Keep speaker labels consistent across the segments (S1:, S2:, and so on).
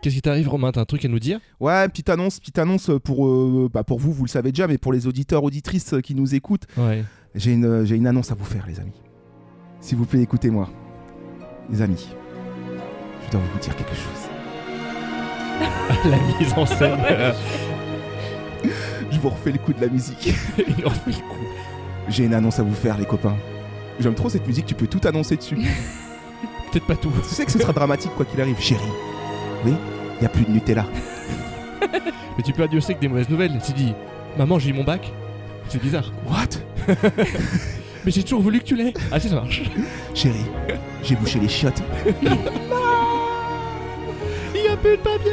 S1: Qu'est-ce qui t'arrive, Romain T'as un truc à nous dire
S2: Ouais, petite annonce, petite annonce pour, euh, bah, pour vous, vous le savez déjà, mais pour les auditeurs, auditrices qui nous écoutent,
S1: Ouais.
S2: j'ai une, euh, j'ai une annonce à vous faire, les amis. S'il vous plaît, écoutez-moi. Les amis, je dois vous dire quelque chose.
S1: La mise en scène.
S2: Je vous refais le coup de la musique.
S1: Il en fait le coup.
S2: J'ai une annonce à vous faire, les copains. J'aime trop cette musique, tu peux tout annoncer dessus.
S1: Peut-être pas tout.
S2: tu sais que ce sera dramatique quoi qu'il arrive, chérie. Oui, il a plus de Nutella.
S1: Mais tu peux addiosser que des mauvaises nouvelles. Tu dis, maman, j'ai eu mon bac. C'est bizarre.
S2: What
S1: Mais j'ai toujours voulu que tu l'aies. Ah, si, ça marche.
S2: Chérie, j'ai bouché les chiottes.
S1: Il n'y a plus de papier.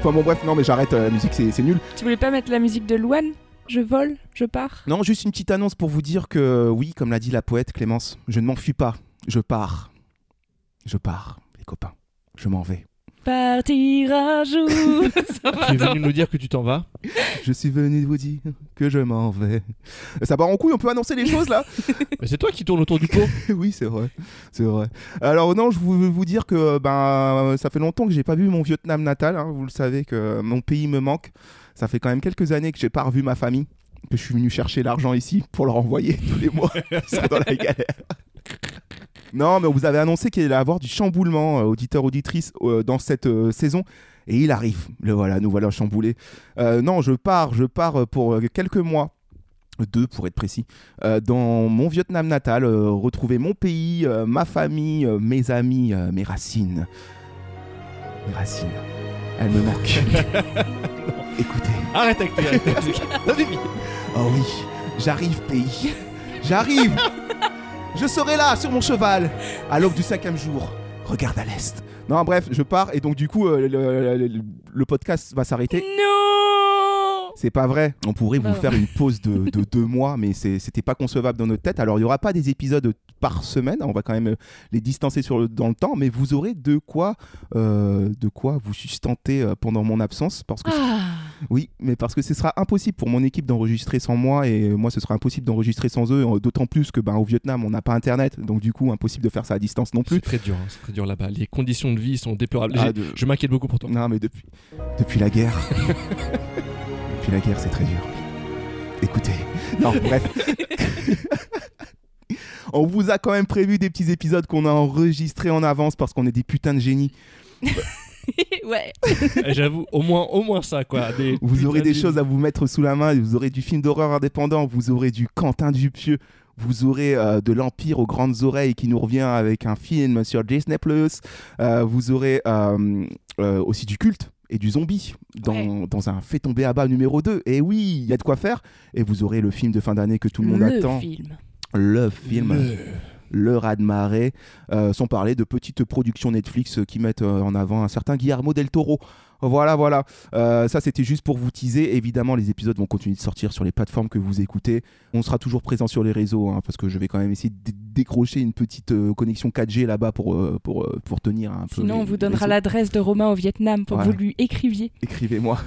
S2: Enfin bon bref, non mais j'arrête, euh, la musique c'est c'est nul.
S3: Tu voulais pas mettre la musique de Louane Je vole, je pars.
S2: Non, juste une petite annonce pour vous dire que oui, comme l'a dit la poète Clémence, je ne m'enfuis pas, je pars. Je pars, les copains. Je m'en vais.
S3: Partir un jour. Ça va,
S1: Tu es
S3: attends.
S1: venu nous dire que tu t'en vas.
S2: Je suis venu vous dire que je m'en vais. Ça part en couille, on peut annoncer les choses là
S1: Mais c'est toi qui tourne autour du pot.
S2: Oui, c'est vrai. C'est vrai. Alors non, je voulais vous dire que ben ça fait longtemps que j'ai pas vu mon Vietnam natal. hein. Vous le savez que mon pays me manque. Ça fait quand même quelques années que j'ai pas revu ma famille. Que je suis venu chercher l'argent ici pour leur envoyer tous les mois. Ils sont dans la galère. Non, mais on vous avez annoncé qu'il allait avoir du chamboulement, euh, auditeur auditrice, euh, dans cette euh, saison. Et il arrive. Le voilà, nous voilà chamboulés. Euh, non, je pars, je pars euh, pour euh, quelques mois. Deux pour être précis euh, dans mon Vietnam natal, euh, retrouver mon pays, euh, ma famille, euh, mes amis, euh, mes racines. Mes racines. Elles me manquent. Écoutez.
S1: Arrête avec tes arrête avec tes- Ça suffit.
S2: Oh oui, j'arrive pays. J'arrive. je serai là sur mon cheval à l'aube du cinquième jour. Regarde à l'est. Non, bref, je pars et donc du coup, euh, le, le- le- le podcast va s'arrêter.
S3: Non
S2: C'est pas vrai. On pourrait
S3: Bah
S2: vous
S3: ouais.
S2: faire une pause de, de deux mois, mais c'est- c'était pas concevable dans notre tête. Alors, il y aura pas des épisodes par semaine. On va quand même euh, les distancer sur le- dans le temps, mais vous aurez de quoi, euh, de quoi vous sustenter euh, pendant mon absence, parce
S3: Ah.
S2: que oui, mais parce que ce sera impossible pour mon équipe d'enregistrer sans moi et euh, moi ce sera impossible d'enregistrer sans eux, euh, d'autant plus que ben, au Vietnam on n'a pas internet, donc du coup impossible de faire ça à distance non plus.
S1: C'est très dur, hein, c'est très dur là-bas. Les conditions de vie sont déplorables.
S2: Ah,
S1: J'ai-
S2: de-
S1: Je m'inquiète beaucoup pour toi.
S2: Non mais depuis, depuis la guerre, depuis la guerre c'est très dur. Écoutez, non bref. On vous a quand même prévu des petits épisodes qu'on a enregistrés en avance parce qu'on est des putains de génies.
S3: Ouais.
S1: Eh, J'avoue, au moins, au moins ça, quoi. Des
S2: Vous aurez des
S1: putains de-
S2: choses à vous mettre sous la main, vous aurez du film d'horreur indépendant, vous aurez du Quentin Dupieux, vous aurez euh, de l'Empire aux grandes oreilles qui nous revient avec un film sur Disney Plus, vous aurez euh, euh, aussi du culte et du zombie dans, dans un fait tomber à bas numéro 2. Et oui, il y a de quoi faire. Et vous aurez le film de fin d'année que tout le monde attend,
S3: film.
S2: le film
S1: Le-
S2: le raz de marée, euh, sans parler de petites productions Netflix euh, qui mettent euh, en avant un certain Guillermo del Toro. Voilà, voilà. Euh, ça, c'était juste pour vous teaser. Évidemment, les épisodes vont continuer de sortir sur les plateformes que vous écoutez. On sera toujours présent sur les réseaux, hein, parce que je vais quand même essayer de dé- décrocher une petite euh, connexion 4G là-bas pour, euh, pour, euh, pour tenir un peu.
S3: Sinon,
S2: les-
S3: on vous
S2: les
S3: donnera
S2: réseaux.
S3: l'adresse de Romain au Vietnam pour que
S2: Voilà.
S3: vous lui écriviez.
S2: Écrivez-moi,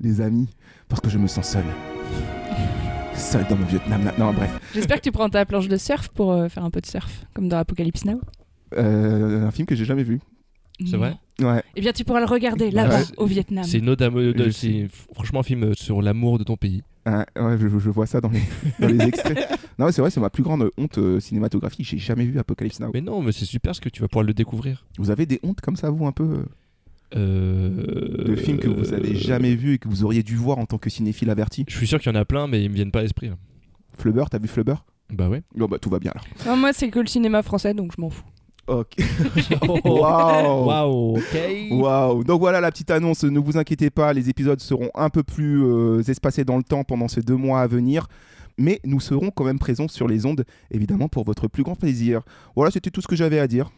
S2: les amis, parce que je me sens seul. Seul dans mon Vietnam. Non, bref.
S3: J'espère que tu prends ta planche de surf pour euh, faire un peu de surf, comme dans Apocalypse Now.
S2: Euh, un film que j'ai jamais vu.
S1: C'est vrai
S2: Ouais.
S3: Eh bien, tu pourras le regarder
S1: Bah,
S3: là-bas,
S1: c'est-
S3: au Vietnam.
S1: C'est nos dames- euh, de-
S2: Je
S1: c'est f- franchement un film euh, sur l'amour de ton pays.
S2: Ah, ouais, je, je vois ça dans les, dans les extraits. Non, mais c'est vrai, c'est ma plus grande honte euh, cinématographique. J'ai jamais vu Apocalypse Now.
S1: Mais non, mais c'est super ce que tu vas pouvoir le découvrir.
S2: Vous avez des hontes comme ça, vous, un peu euh,
S1: Euh,
S2: De films que vous avez
S1: euh,
S2: jamais vus et que vous auriez dû voir en tant que cinéphile averti
S1: Je suis sûr qu'il y en a plein, mais ils me viennent pas à l'esprit. là.
S2: Flubber, t'as vu Flubber
S1: Bah ouais.
S2: Non, bah tout va bien alors.
S3: Non, moi, c'est que le cinéma français, donc je m'en fous.
S2: Ok. Waouh
S1: Waouh, ok.
S2: Waouh Donc voilà la petite annonce, ne vous inquiétez pas, les épisodes seront un peu plus euh, espacés dans le temps pendant ces deux mois à venir. Mais nous serons quand même présents sur les ondes, évidemment, pour votre plus grand plaisir. Voilà, c'était tout ce que j'avais à dire.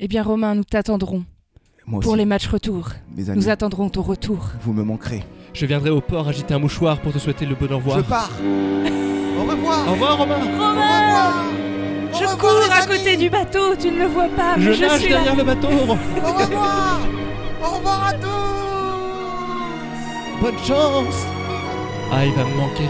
S3: Eh bien, Romain, nous t'attendrons
S2: Moi
S3: pour
S2: aussi,
S3: les matchs retour.
S2: mes amis,
S3: Nous attendrons ton retour.
S2: vous me manquerez.
S1: Je viendrai au port agiter un mouchoir pour te souhaiter le bon au revoir.
S2: Je pars Au revoir
S1: Au revoir Romain
S3: Romain Je cours à côté du bateau, tu ne le vois pas,
S1: Je,
S3: Ah, mais je,
S1: nage
S3: suis là.
S1: derrière le bateau
S2: Au revoir Au revoir à tous
S1: Bonne chance Ah, il va me manquer.